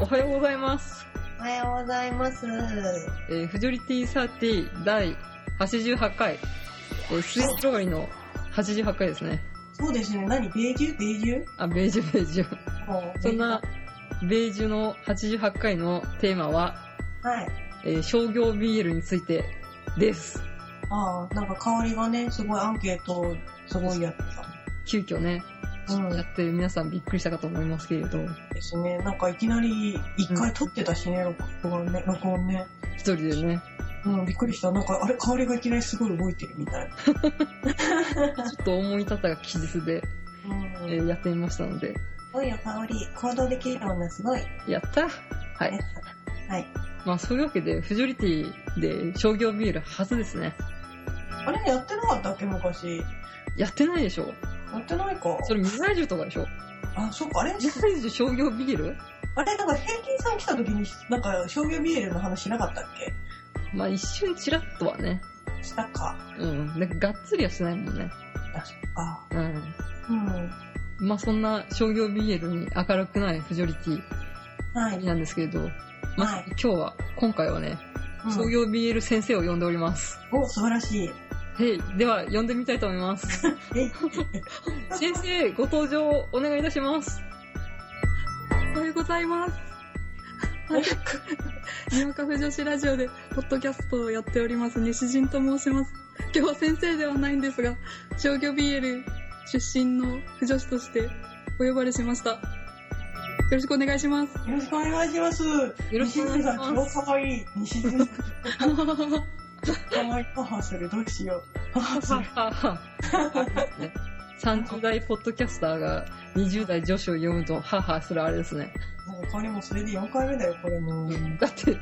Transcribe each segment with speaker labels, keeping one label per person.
Speaker 1: おはようございます。
Speaker 2: おはようございます。は
Speaker 1: えー、フジョリティサーティ第88回、えー、スイーツロガリの88回ですね。
Speaker 2: そうですね。何ベージュベージュ
Speaker 1: あ、ベージュベージュ。そんな。、ベージュの88回のテーマは、
Speaker 2: はい。
Speaker 1: えー商業 BL についてです。
Speaker 2: ああ、なんか香りがね、すごいアンケート、すごいやって
Speaker 1: 急遽ね、
Speaker 2: た。うん。
Speaker 1: や
Speaker 2: で
Speaker 1: って皆さんびっくりしたかと思いますけれど、
Speaker 2: すね。なんかいきなり、一回撮ってたしね、録音ね。録音ね。
Speaker 1: 一人でね、
Speaker 2: うん、びっくりした。なんか、あれ、香りがいきなりすごい動いてるみたい。
Speaker 1: ちょっと思い立ったが期日で、
Speaker 2: う
Speaker 1: え
Speaker 2: ん。
Speaker 1: ーやってみましたので、
Speaker 2: すごいよ、香り。行動できる女すごい。
Speaker 1: やったはい。
Speaker 2: はい。
Speaker 1: まあそういうわけで、フジョリティで商業 BL 初ですね。
Speaker 2: あれ、やってなかったっけ、昔。
Speaker 1: やってないでしょ
Speaker 2: やってないか。
Speaker 1: それ未来獣とかでしょ
Speaker 2: あ、そっか、あれ
Speaker 1: 未来獣商業ビール
Speaker 2: あれ、なんか、平均さん来た時に、なんか、商業ビールの話しなかったっけ
Speaker 1: まあ一瞬チラッとはね。
Speaker 2: したか。
Speaker 1: うん。なんかがっつりはしないもんね。
Speaker 2: あ、そっか。
Speaker 1: うん。
Speaker 2: うん。
Speaker 1: まあそんな商業 BL に明るくないフジョリティ
Speaker 2: はい。
Speaker 1: なんですけれど、まあ
Speaker 2: はい
Speaker 1: 今日は、今回はね、
Speaker 2: うん
Speaker 1: 商業 BL 先生を呼んでおります。
Speaker 2: お、素晴らしい。
Speaker 1: へい。では呼んでみたいと思います。
Speaker 2: えい。
Speaker 1: 先生、ご登場お願いいたします。
Speaker 3: おはようございます。ニオカフ女子ラジオで、ポッドキャストをやっております、西陣と申します。今日は先生ではないんですが、商業 BL 出身の不女子としてお呼ばれしました。よろしくお願いします。
Speaker 2: よろしくお願いします。
Speaker 1: よろしくお願
Speaker 2: 西陣
Speaker 1: いしま
Speaker 2: さん、超かわいい。西陣さん、かわいい。母する。どうしよう。母す
Speaker 1: す。は
Speaker 2: る。
Speaker 1: はは。30代ポッドキャスターが20代女子を読むと、ははするあれですね。
Speaker 2: なんか、香りもそれで4回目だよ、これも。
Speaker 1: だって、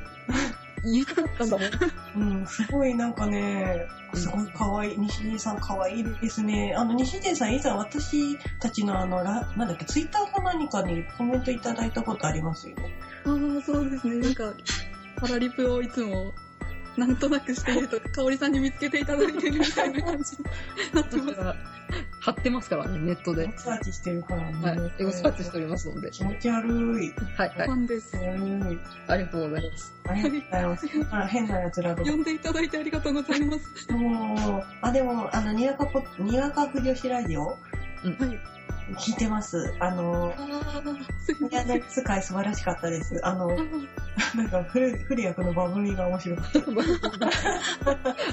Speaker 1: 言いたかったんだもん。
Speaker 2: うん、すごいなんかね、すごい可愛い。西陣さん可愛いですね。あの、西陣さん以前私たちのあの、ラなんだっけ、ツイッターか何かにコメントいただいたことありますよね。
Speaker 3: ああ、そうですね。なんか、パラリプをいつも、なんとなくしていると、かおりさんに見つけていただいてるみたいな感じになってます。
Speaker 1: 貼ってますからね、ネットで
Speaker 2: エゴ。サーチしてるからね。
Speaker 1: はい。エゴサーチしておりますので。
Speaker 2: 気持ち悪い。
Speaker 1: はい、は
Speaker 3: ファ
Speaker 1: い。
Speaker 3: ンです
Speaker 2: 気持。ち悪い。
Speaker 1: ありがとうございます。
Speaker 2: ありがとうございます。まあ、変な奴らとか
Speaker 3: 呼んでいただいてありがとうございます。
Speaker 2: もう、あ、でも、あの、にわかポ、にわか不女子ラジオ
Speaker 3: はい。
Speaker 2: 聞いてます。あの、
Speaker 3: ああ、すいま
Speaker 2: いや、
Speaker 3: せ。
Speaker 2: なんんか使い素晴らしかったです。あの
Speaker 3: あ、ー
Speaker 2: なんか、フル、フル役のバブミが面白かっ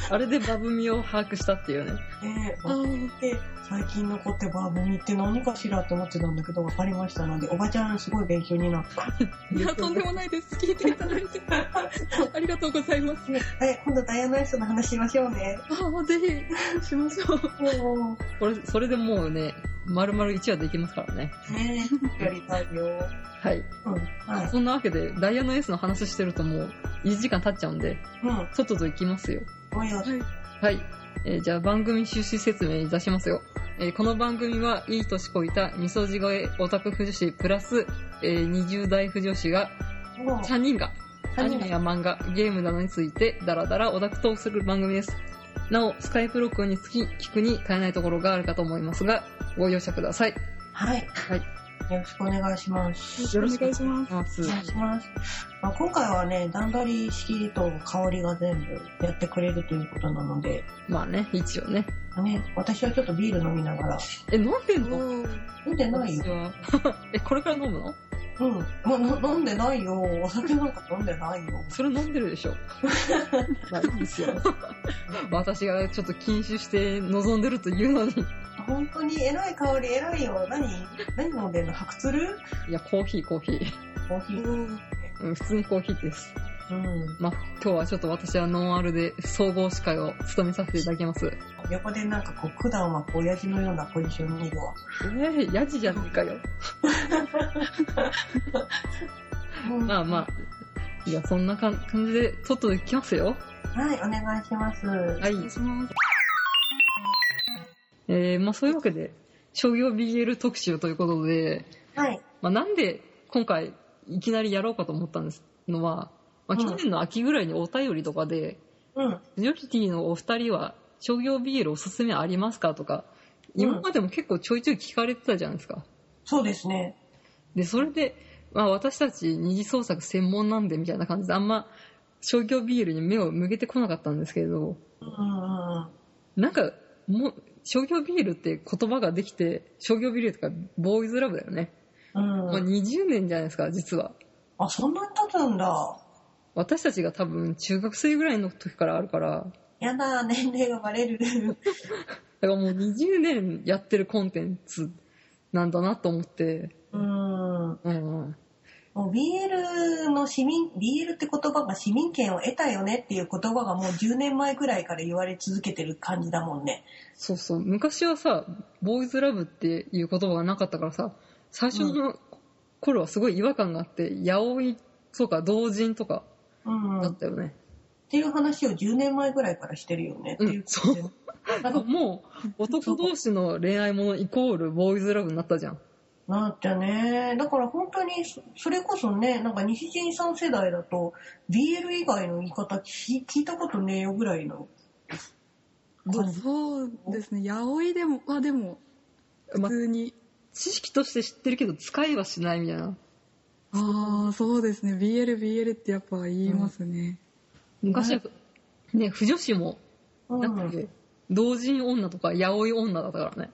Speaker 1: あれでバブミを把握したっていうね。
Speaker 2: たね。
Speaker 3: あー、
Speaker 2: で、最近の子ってバブミって何かしらと思ってたんだけど、わかりましたので、おばちゃんすごい勉強になった。
Speaker 3: いや、とんでもないです。聞いていただいて。ありがとうございます。
Speaker 2: え、今度ダイアナイスの話しましょうね。
Speaker 3: ああ、ぜひ、しましょう。
Speaker 2: も
Speaker 1: これ、それでもうね、丸々1話できますからね。
Speaker 2: う、ねやりたいよ。
Speaker 1: はい。
Speaker 2: うん、はい。
Speaker 1: そんなわけで、ダイヤのエースの話してるともう1時間経っちゃうんで、
Speaker 2: うん、
Speaker 1: とっとと行きますよ。
Speaker 2: およ。
Speaker 3: はい。
Speaker 1: はい。えーじゃあ番組趣旨説明いたしますよ。えーこの番組は、いい年こいた、みそじ声オタク婦女子、プラス、えー20代婦女子が、
Speaker 2: もう、
Speaker 1: 3人が、アニメや漫画、ゲームなどについて、ダラダラオタクトークする番組です。なお、スカイプ録音につき、聞くに変えないところがあるかと思いますが、ご容赦ください。
Speaker 2: はい。
Speaker 1: はい。
Speaker 2: よろしくお願いします。
Speaker 3: よろしくお願いします。
Speaker 1: ます
Speaker 2: お願いします。まあ、今回はね、段取り式と香りが全部やってくれるということなので、
Speaker 1: まあね、一応ね。
Speaker 2: ね、私はちょっとビール飲みながら、
Speaker 1: え、飲んでん
Speaker 3: お
Speaker 1: の
Speaker 3: ー
Speaker 2: 飲んでない
Speaker 1: 私
Speaker 2: よ。
Speaker 1: は。 え、これから飲むの
Speaker 2: うん。まあの飲んでないよ。お酒なんか飲んでないよ。
Speaker 1: それ飲んでるでしょ。まあいいですよ。私がちょっと禁酒して望んでるというのに。
Speaker 2: 本当に偉い香り、偉いよ。何何飲んでんの白鶴
Speaker 1: いや、コーヒー、コーヒー。
Speaker 2: コーヒ
Speaker 3: お
Speaker 2: ー。
Speaker 3: ー
Speaker 1: うん、普通にコーヒーです。
Speaker 2: うん。
Speaker 1: まあ、今日はちょっと私はノンアルで総合司会を務めさせていただきます。
Speaker 2: 横でなんかこう、普段はこう、親父のようなポジションにいるわ。
Speaker 1: えー、やじじゃないかよ。
Speaker 2: うん
Speaker 1: まあまあ。いや、そんなかん感じで、とっとと行きますよ。
Speaker 2: はい、お願いします。
Speaker 1: は
Speaker 3: お
Speaker 1: い
Speaker 3: 願い。します。
Speaker 1: えー、まあそういうわけで、商業 BL 特集ということで、
Speaker 2: はい。
Speaker 1: まあ、なんで今回いきなりやろうかと思ったんですのは、
Speaker 2: う
Speaker 1: まあ、
Speaker 2: ん
Speaker 1: 去年の秋ぐらいにお便りとかで、
Speaker 2: うん。
Speaker 1: ジョリティのお二人は商業 BL おすすめありますかとか、今までも結構ちょいちょい聞かれてたじゃないですか。
Speaker 2: そうですね。
Speaker 1: で、それで、まあ私たち二次創作専門なんでみたいな感じで、あんま商業 BL に目を向けてこなかったんですけれど、
Speaker 2: うんうんうん。
Speaker 1: なんか、もう、商業 BL って言葉ができて、商業 BL とかボーイズラブだよね。
Speaker 2: うん
Speaker 1: もう20年じゃないですか、実は。
Speaker 2: あ、そんなに経つんだ。
Speaker 1: 私たちが多分中学生ぐらいの時からあるから、
Speaker 2: やだ、年齢がバレる。
Speaker 1: だからもう20年やってるコンテンツなんだなと思って、
Speaker 2: うん。
Speaker 1: うんうん、
Speaker 2: もう BL の市民、BL って言葉が市民権を得たよねっていう言葉がもう10年前ぐらいから言われ続けてる感じだもんね。
Speaker 1: そうそう、昔はさ、ボーイズラブっていう言葉がなかったからさ、最初の頃はすごい違和感があって、八百とか同人とか
Speaker 2: うん。
Speaker 1: だ
Speaker 2: っ
Speaker 1: ったよね。
Speaker 2: ていう話を10年前ぐらいからしてるよね。
Speaker 1: うん
Speaker 2: っていうことでな
Speaker 1: そ
Speaker 2: ん
Speaker 1: だから
Speaker 2: か
Speaker 1: もう男同士の恋愛ものイコールボーイズラブになったじゃん。
Speaker 2: なったね。だから本当にそ、それこそね、なんか西陣さん世代だと、BL 以外の言い方聞聞いたことねえよぐらいの。
Speaker 1: ど
Speaker 3: そうですね。やおいでも、はでも、普
Speaker 1: ま
Speaker 3: 通に。
Speaker 1: 知識として知ってるけど使いはしないみたいな。
Speaker 3: ああ、そうですね。BL、BL ってやっぱ言いますね。
Speaker 1: 昔は、ね、不女子も、
Speaker 2: う
Speaker 1: なんだっけ、同人女とか八百女だったからね。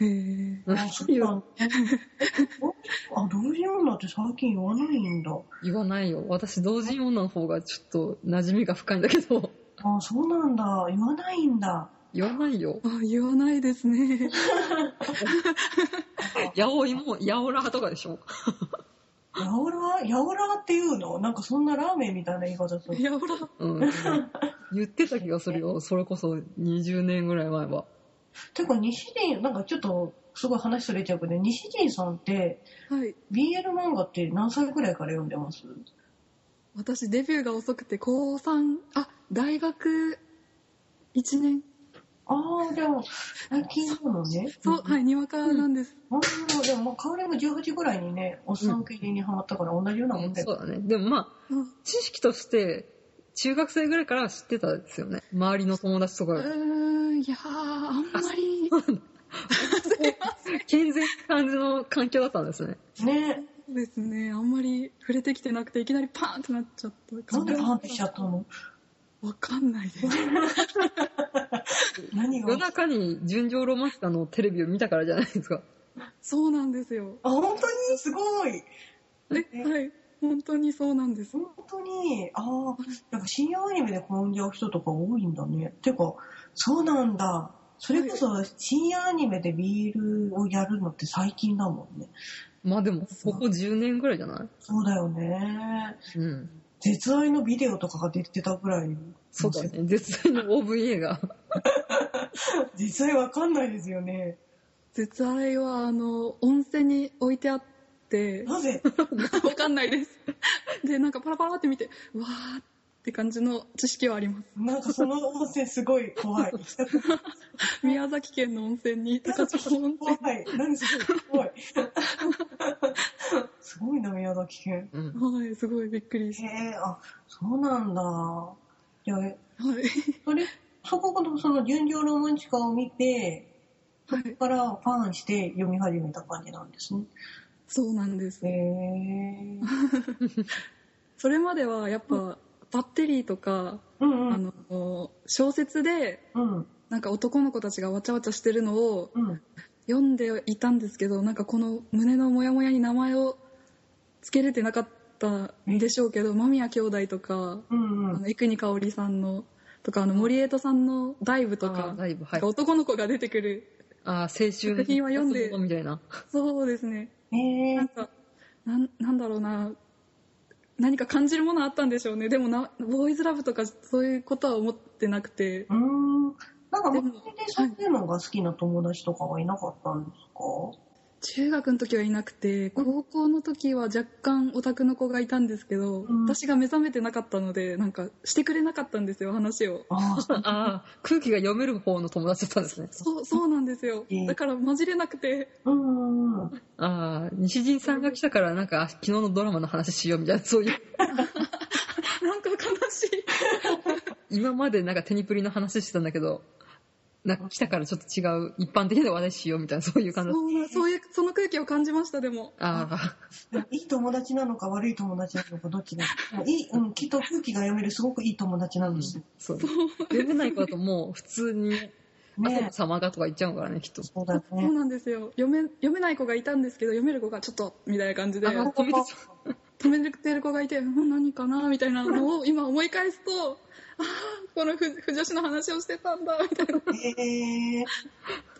Speaker 3: へえ。
Speaker 2: あ、そうなんだ。お あ、同時女って最近言わないんだ。
Speaker 1: 言わないよ。私、同人女の方がちょっと馴染みが深いんだけど、
Speaker 2: あ、そうなんだ。言わないんだ。
Speaker 1: 言わないよ。
Speaker 3: あ言わないですね。
Speaker 1: 八百も、八百らとかでしょ。
Speaker 2: やおらやおらっていうのなんかそんなラーメンみたいな言い方する。
Speaker 3: やおら。
Speaker 1: うん。 言ってた気がするよ。それこそ20年ぐらい前は。
Speaker 2: てか、西陣、なんかちょっと、すごい話それちゃうけど、西陣さんって、
Speaker 3: はい。
Speaker 2: BL 漫画って何歳くらいから読んでます
Speaker 3: 私、デビューが遅くて、高3、あ、大学1年。
Speaker 2: ああ、でも、最近なのね。
Speaker 3: そう、はい、にわかなんです。
Speaker 2: あーでも、まあ、香りも18ぐらいにね、おっさん系にハマったから同じようなもんだよ。
Speaker 1: そうだね。でもまあ、
Speaker 3: うん
Speaker 1: 知識として、中学生ぐらいからは知ってたんですよね。周りの友達とか
Speaker 3: う
Speaker 1: が。
Speaker 3: ーん、いやー、あんまり。
Speaker 1: 健全な感じの環境だったんですね。
Speaker 2: ね
Speaker 3: そうですね、あんまり触れてきてなくて、いきなりパーンってなっちゃった
Speaker 2: なん
Speaker 3: 感
Speaker 2: で
Speaker 3: じ。
Speaker 2: パンってしちゃったの
Speaker 3: わかんないです。
Speaker 2: 何
Speaker 1: 夜
Speaker 2: があ、
Speaker 1: 中に純情ロマンスカのテレビを見たからじゃないですか。
Speaker 3: そうなんですよ。
Speaker 2: 本当にすごい
Speaker 3: え、はい、本当にそうなんです。
Speaker 2: 本当に、ああ、やっぱ深夜アニメで転んじゃう人とか多いんだね。てか、そうなんだ。それこそ深夜アニメでビールをやるのって最近だもんね。
Speaker 1: まあでも、ここ10年ぐらいじゃない
Speaker 2: そうだよね。
Speaker 1: うん。
Speaker 2: 絶愛のビデオとかが出てたぐらい。
Speaker 1: そうだね。絶対の OVA が。
Speaker 2: 絶愛わかんないですよね。
Speaker 3: 絶愛は、あの、温泉に置いてあって、
Speaker 2: なぜ
Speaker 3: わかんないです。で、なんかパラパラって見て、うわーって感じの知識はあります。
Speaker 2: なんかその温泉すごい怖い。
Speaker 3: 宮崎県の温泉に、高千穂温
Speaker 2: 怖
Speaker 3: 泉。
Speaker 2: い。何すごい。怖い。すごいな、宮崎県。
Speaker 1: うん。
Speaker 3: はい、すごいびっくりし
Speaker 2: へえ、あ、そうなんだ。いや、
Speaker 3: た。はい。
Speaker 2: それ、そこのその純情ロマンチカを見て、
Speaker 3: はい、
Speaker 2: そこからファンして読み始めた感じなんですね。
Speaker 3: そうなんです
Speaker 2: へ。え。
Speaker 3: それまでは、やっぱ、バッテリーとか、
Speaker 2: うんう
Speaker 3: あ
Speaker 2: ん。
Speaker 3: の、小説で、
Speaker 2: うん
Speaker 3: なんか男の子たちがわちゃわちゃしてるのを
Speaker 2: うん。
Speaker 3: 読んでいたんですけど、なんかこの胸のモヤモヤに名前を付けれてなかったんでしょうけど、間宮兄弟とか、
Speaker 2: うんう
Speaker 3: あ
Speaker 2: ん。
Speaker 3: の、生香織さんの、とか、あの、森江戸さんのダイブと
Speaker 1: あ
Speaker 3: か
Speaker 1: ー、だいぶ、はい。
Speaker 3: 男の子が出てくる。
Speaker 1: ああ、青春
Speaker 3: 作品は読んで
Speaker 1: みたいな。
Speaker 3: そうですね。
Speaker 2: へえ
Speaker 3: なん。か、なん、なんだろうな。何か感じるものあったんでしょうね。でもな、ボーイズラブとかそういうことは思ってなくて。
Speaker 2: うーん。なんか、
Speaker 3: で
Speaker 2: 昔
Speaker 3: も
Speaker 2: でそういうのが好きな友達とかはいなかったんですか
Speaker 3: 中学の時はいなくて、高校の時は若干オタクの子がいたんですけど、
Speaker 2: うん
Speaker 3: 私が目覚めてなかったので、なんかしてくれなかったんですよ、話を。
Speaker 2: ああ、そう
Speaker 1: ああ、空気が読める方の友達だったんですね。
Speaker 3: そう、そうなんですよ
Speaker 2: えー。
Speaker 3: だから混じれなくて、
Speaker 2: うんうんうん。
Speaker 1: ああ、西陣さんが来たから、なんか、あ昨日のドラマの話しようみたいな、そういう。
Speaker 3: なんか悲しい。
Speaker 1: 今までなんかテニプリの話してたんだけど、なんか来たからちょっと違う、一般的な話しようみたいな、そういう
Speaker 3: そ
Speaker 1: 感じ。
Speaker 3: うなそういう、その空気を感じました、でも。
Speaker 1: ああ、
Speaker 2: いい友達なのか悪い友達なのかどっちだもういい、うん、きっと空気が読めるすごくいい友達なんですよ。
Speaker 1: そう
Speaker 3: そ。う
Speaker 1: 読めない子だともう普通に、あ
Speaker 2: ね
Speaker 1: と様がとか言っちゃうからね、きっと。
Speaker 2: そうだ
Speaker 3: そう
Speaker 2: ね。
Speaker 3: なんですよ読め読めない子がいたんですけど読める子がちょっとみたいな感じで
Speaker 1: あー止
Speaker 3: 止
Speaker 1: めて
Speaker 3: めてる子がいてうん何かなみたいなのを今思い返すとああこの不不女子の話をしてたんだみたいな
Speaker 2: えー、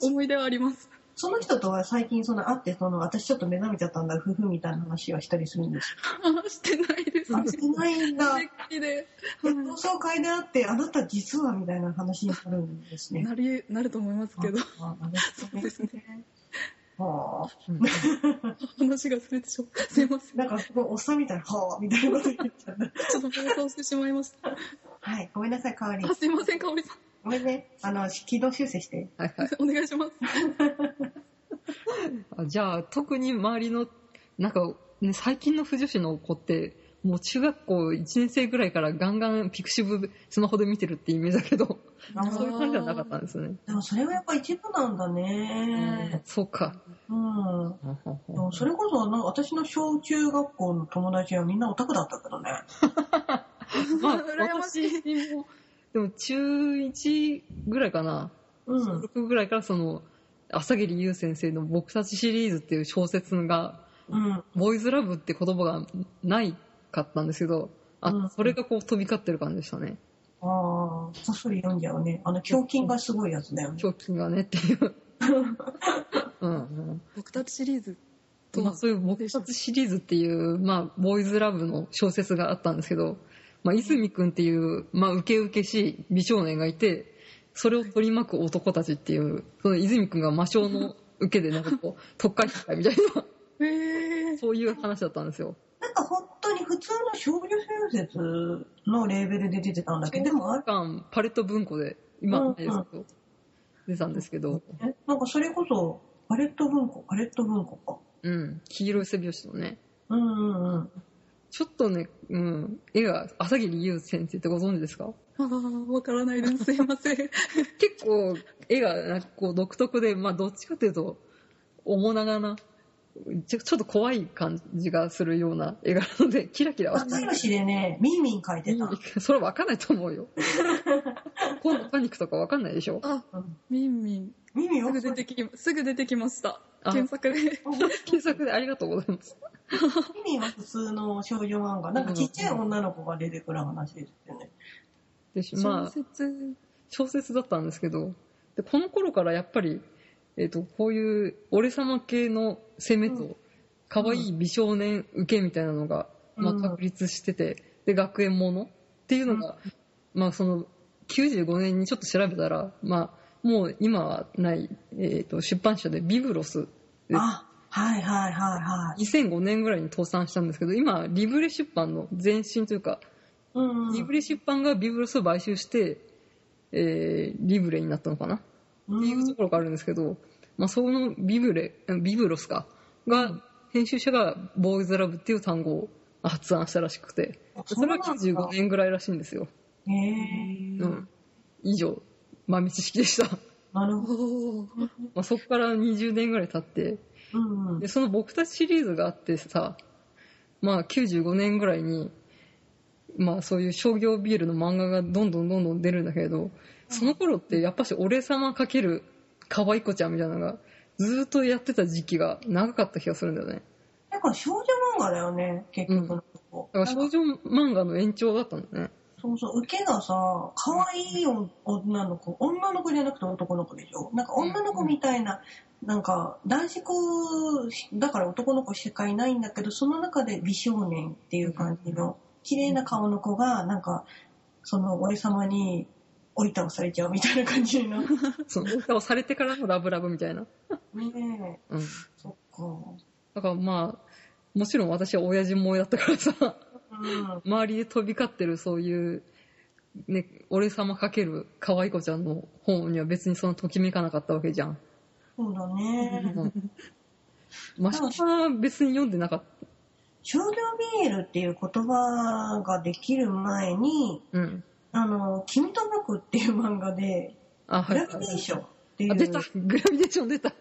Speaker 3: 思い出はあります
Speaker 2: その人とは最近その会ってその私ちょっと目覚めちゃったんだ夫婦みたいな話はしたりするんです
Speaker 3: あーしてないです
Speaker 2: よ。
Speaker 3: ね
Speaker 2: あ、してないんだ。
Speaker 3: 無敵で
Speaker 2: 同窓会で会ってあなた実はみたいな話になるんですね。
Speaker 3: なりなると思いますけど
Speaker 2: あなるほど
Speaker 3: そうです
Speaker 2: ね。はあ、
Speaker 1: うん
Speaker 3: 話がすれてしまうすいません
Speaker 2: なんかすごいおっさんみたいな、はあ、みたいなこと言っちゃった。
Speaker 3: ちょっと暴走してしまいました
Speaker 2: はい、ごめんなさい、代わり
Speaker 3: あ。すいませんかおりさん
Speaker 2: ごめんね。あの、軌道修正して。
Speaker 1: はいはい。
Speaker 3: お願いします
Speaker 1: あじゃあ特に周りのなんか、ね、最近の不女子の子ってもう中学校1年生ぐらいからガンガンピクシブスマホで見てるってイメージだけど
Speaker 2: あ
Speaker 3: ー
Speaker 1: そういう感じはなかったんですね、
Speaker 2: でもそれはやっぱ一部なんだね。
Speaker 1: そうか、
Speaker 2: うん。でもそれこそあの、私の小中学校の友達はみんなオタクだったけどね。
Speaker 1: まあ
Speaker 3: 羨ましいも
Speaker 1: でも中1ぐらいかな
Speaker 2: うん。
Speaker 1: 6ぐらいからその朝霧優先生の「僕たちシリーズ」っていう小説が
Speaker 2: うん。
Speaker 1: 「ボーイズラブ」って言葉がないかったんですけどあ、
Speaker 2: うん
Speaker 1: それがこう飛び交ってる感じでしたね
Speaker 2: ああ、さっそり読んじゃうね。あの、胸筋がすごいやつだよね。
Speaker 1: 胸筋がねっていう うん、うん
Speaker 3: 僕たちシリーズと
Speaker 1: まあ、
Speaker 3: は
Speaker 1: そういう僕たちシリーズっていう、まあ、ボーイズラブの小説があったんですけど、まあ、泉くんっていう、まあ、受け受けしい美少年がいて、それを取り巻く男たちっていう、その泉くんが魔性の受けでなん かこう、特化したみたいな、
Speaker 3: えー
Speaker 1: そういう話だったんですよ。
Speaker 2: なんか本当に普通の少女小説のレーベルで出てたんだけど、でもあれ、
Speaker 1: 間、パレット文庫で、今、
Speaker 2: うん
Speaker 1: ないですけど、出たんですけど、
Speaker 2: えなんかそれこそ、パレット文庫、パレット文庫か。
Speaker 1: うん、黄色い背拍子のね、
Speaker 2: うんうんうん。
Speaker 1: ちょっとね、うん、絵が、朝霧優先生ってご存知ですか
Speaker 3: ああ、わからな いです。すいません。
Speaker 1: 結構絵がなんかこう独特で、まあ、どっちかというと面長なちょちょっと怖い感じがするような絵柄なのでキラキラは
Speaker 2: あ、
Speaker 1: して
Speaker 2: つよしでね、ミーミン書いてた。
Speaker 1: それ分かん ないと思 うよ今度パニックとか分かんないでしょ
Speaker 3: あ
Speaker 2: うん、
Speaker 3: みんみん。
Speaker 2: ミーミン
Speaker 3: す
Speaker 2: よ
Speaker 3: ぐ
Speaker 2: く書
Speaker 3: 出
Speaker 2: いて
Speaker 3: てき、すぐ出てきました。
Speaker 1: あ
Speaker 3: 検索で。
Speaker 2: た。
Speaker 1: 検索でありがとうございます
Speaker 2: ミーミンは普通の少女漫画。なんかちっちゃい女の子が出てくる話ですよね。
Speaker 1: でまあ
Speaker 3: 小説。
Speaker 1: 小説だったんですけどでこの頃からやっぱり、えー、とこういう俺様系の攻め
Speaker 2: うん
Speaker 1: と可愛い美少年受けみたいなのが、まあ、
Speaker 2: うん
Speaker 1: 確立しててで学園ものっていうのが、まあ、その95年にちょっと調べたら、まあ、もう今はない、えー、と出版社でビブロスうん
Speaker 2: あ、はいはいはいはい。
Speaker 1: 2005年ぐらいに倒産したんですけど今リブレ出版の前身というか
Speaker 2: うん、う
Speaker 1: リブレ出版がビブロスを買収して、えーリブレになったのかなっていうところがあるんですけど、まあ、そのビブレ、ビブロスか、が、編集者がボーイズラブっていう単語を発案したらしくて、それは95年ぐらいらしいんですよ。
Speaker 2: 年。へえ
Speaker 1: うん。以上、豆知識でした。
Speaker 2: なるほど。
Speaker 3: おー
Speaker 1: まあ、そこから20年ぐらい経って、
Speaker 2: うんうん
Speaker 1: で、その僕たちシリーズがあってさ、まあ95年ぐらいに、まあそういう商業ビールの漫画がどんどんどんどん出るんだけれど、その頃ってやっぱし俺様かける可愛い子ちゃんみたいなのがずーっとやってた時期が長かった気がするんだよね。
Speaker 2: なんか少女漫画だよね、結局のとこ。
Speaker 1: だから
Speaker 2: なん
Speaker 1: 少
Speaker 2: か
Speaker 1: 女漫画の延長だったんだね。
Speaker 2: そうそう、受けがさ、可愛い女の子、女の子じゃなくて男の子でしょ。なんか女の子みたいな、なんか男子校だから男の子しかいないんだけど、その中で美少年っていう感じの、綺麗な顔の子が、なんか、その俺様に降り倒されちゃうみたいな感じの。ね
Speaker 1: その、歌をされてからのラブラブみたいな。
Speaker 2: え、
Speaker 1: うん。
Speaker 2: そっか。
Speaker 1: だからまあ、もちろん私は親父萌えだったからさ、
Speaker 2: うん。
Speaker 1: 周りで飛び交ってるそういう、ね、俺様かける可愛い子ちゃんの本には別にそのときめかなかったわけじゃん。
Speaker 2: そうだ
Speaker 1: う
Speaker 2: ね。
Speaker 1: ん、マシコは別に読んでなかっ
Speaker 2: 少女ビールっていう言葉ができる前に、
Speaker 1: た。うん。
Speaker 2: あの、君と僕っていう漫画で、
Speaker 1: あ、
Speaker 2: グ
Speaker 1: はい。
Speaker 2: ラビデーションってい
Speaker 1: あ、
Speaker 2: う
Speaker 1: 出た。グラビデーション出た。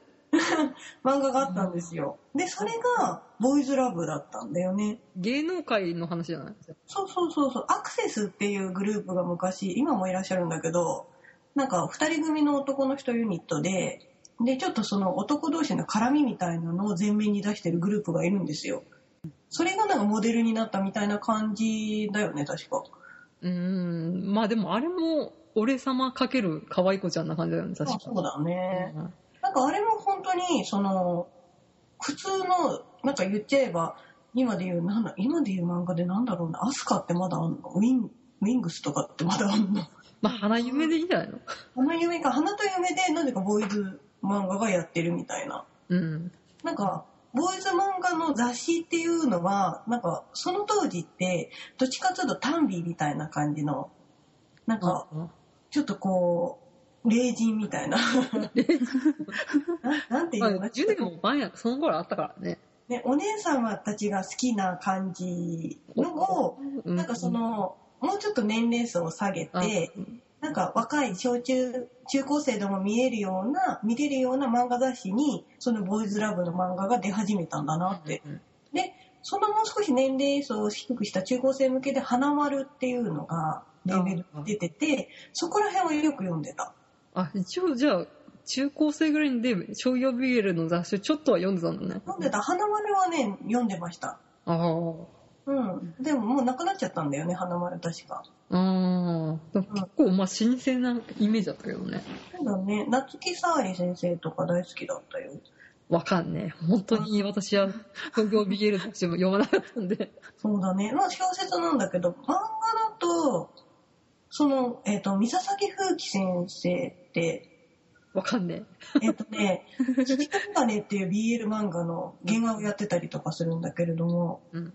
Speaker 2: 漫画があったんですよ。で、それが、ボーイズラブだったんだよね。
Speaker 1: 芸能界の話じゃない
Speaker 2: そうそうそうそう。アクセスっていうグループが昔、今もいらっしゃるんだけど、なんか二人組の男の人ユニットで、で、ちょっとその男同士の絡みみたいなのを前面に出してるグループがいるんですよ。それがなんかモデルになったみたいな感じだよね、確か。
Speaker 1: うーん。まあでもあれも、俺様かける可愛い子ちゃんな感じだよね、確
Speaker 2: あ
Speaker 1: か
Speaker 2: そうだね。
Speaker 1: うん
Speaker 2: なんかあれも本当に、その、普通の、なんか言っちゃえば、今で言う、なんだ、今で言う漫画でなんだろうな、アスカってまだあんのウィン、ウィングスとかってまだあんの
Speaker 1: まあ、花夢でいいんじゃないの
Speaker 2: 花夢か、花と夢で、なぜかボーイズ漫画がやってるみたいな。
Speaker 1: うん。
Speaker 2: なんか、ボーイズ漫画の雑誌っていうのは、なんか、その当時って、どっちかというとタンビーみたいな感じの、なんか、ちょっとこう、霊人みたいな。 ななんていう
Speaker 1: まあ、
Speaker 2: のかな
Speaker 1: 10年も前や、その頃あったからね。
Speaker 2: ね、お姉様たちが好きな感じのを、
Speaker 1: う
Speaker 2: なんかそ、の、もうちょっと年齢層を下げ
Speaker 1: あ
Speaker 2: て、なんか若い小中、中高生でも見えるような、見れるような漫画雑誌に、そのボーイズラブの漫画が出始めたんだなって。
Speaker 1: うん
Speaker 2: そのもう少し年齢層を低くした中高生向けで、花丸っていうのが、レベル出てて、そこら辺をよく読んでた。
Speaker 1: あ、一応じゃあ、中高生ぐらいで商業 BL の雑誌をちょっとは読んでたんだね。
Speaker 2: 読んでた、花丸はね、読んでました。
Speaker 1: ああ。
Speaker 2: うん。でももうなくなっちゃったんだよね、花丸確か。
Speaker 1: ああ。でも結構、まあ、新鮮なイメージだったけどね。
Speaker 2: そうだね。夏木沙織先生とか大好きだったよ。
Speaker 1: わかんねえ。本当に私は商業 BL 雑誌も読まなかったん で。
Speaker 2: そうだね。まあ小説なんだけど、漫画だと、その、えっ、と、三笹木風紀先生って、
Speaker 1: わかんね
Speaker 2: えっ、とね、月メガネっていう BL 漫画の原画をやってたりとかするんだけれども、
Speaker 1: え。うん。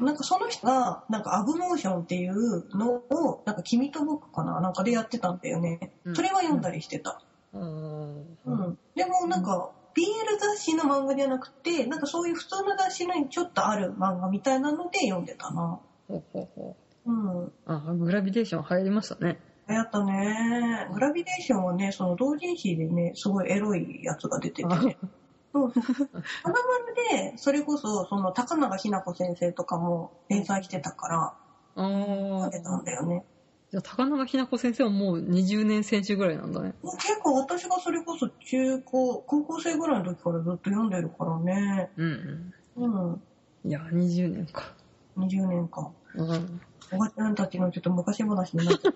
Speaker 2: なんかその人が、なんかアブモーションっていうのを、なんか君と僕かななんかでやってたんだよね。それは読んだりしてた。
Speaker 1: うん。
Speaker 2: う。ん、でもなんか、BL 雑誌の漫画じゃなくて、なんかそういう普通の雑誌のにちょっとある漫画みたいなので読んでたな。
Speaker 1: ほうほうほう。
Speaker 2: うん。
Speaker 1: ああ、グラビテーション流行りましたね。
Speaker 2: 流行ったね。グラビデーションはね、その同人誌でね、すごいエロいやつが出てて。
Speaker 1: あ
Speaker 2: そうそう。花丸で、それこそ、その高永ひな子先生とかも連載してたから、
Speaker 1: あー。
Speaker 2: 読んでたんだよね。
Speaker 1: じゃあ、高永ひな子先生はもう20年先週ぐらいなんだね。
Speaker 2: もう結構私がそれこそ中高、高校生ぐらいの時からずっと読んでるからね。
Speaker 1: うん、
Speaker 2: うん。
Speaker 1: うん。いや、20年か。
Speaker 2: 20年間。
Speaker 1: うん。
Speaker 2: おばちゃんたちのちょっと昔話になっちゃっ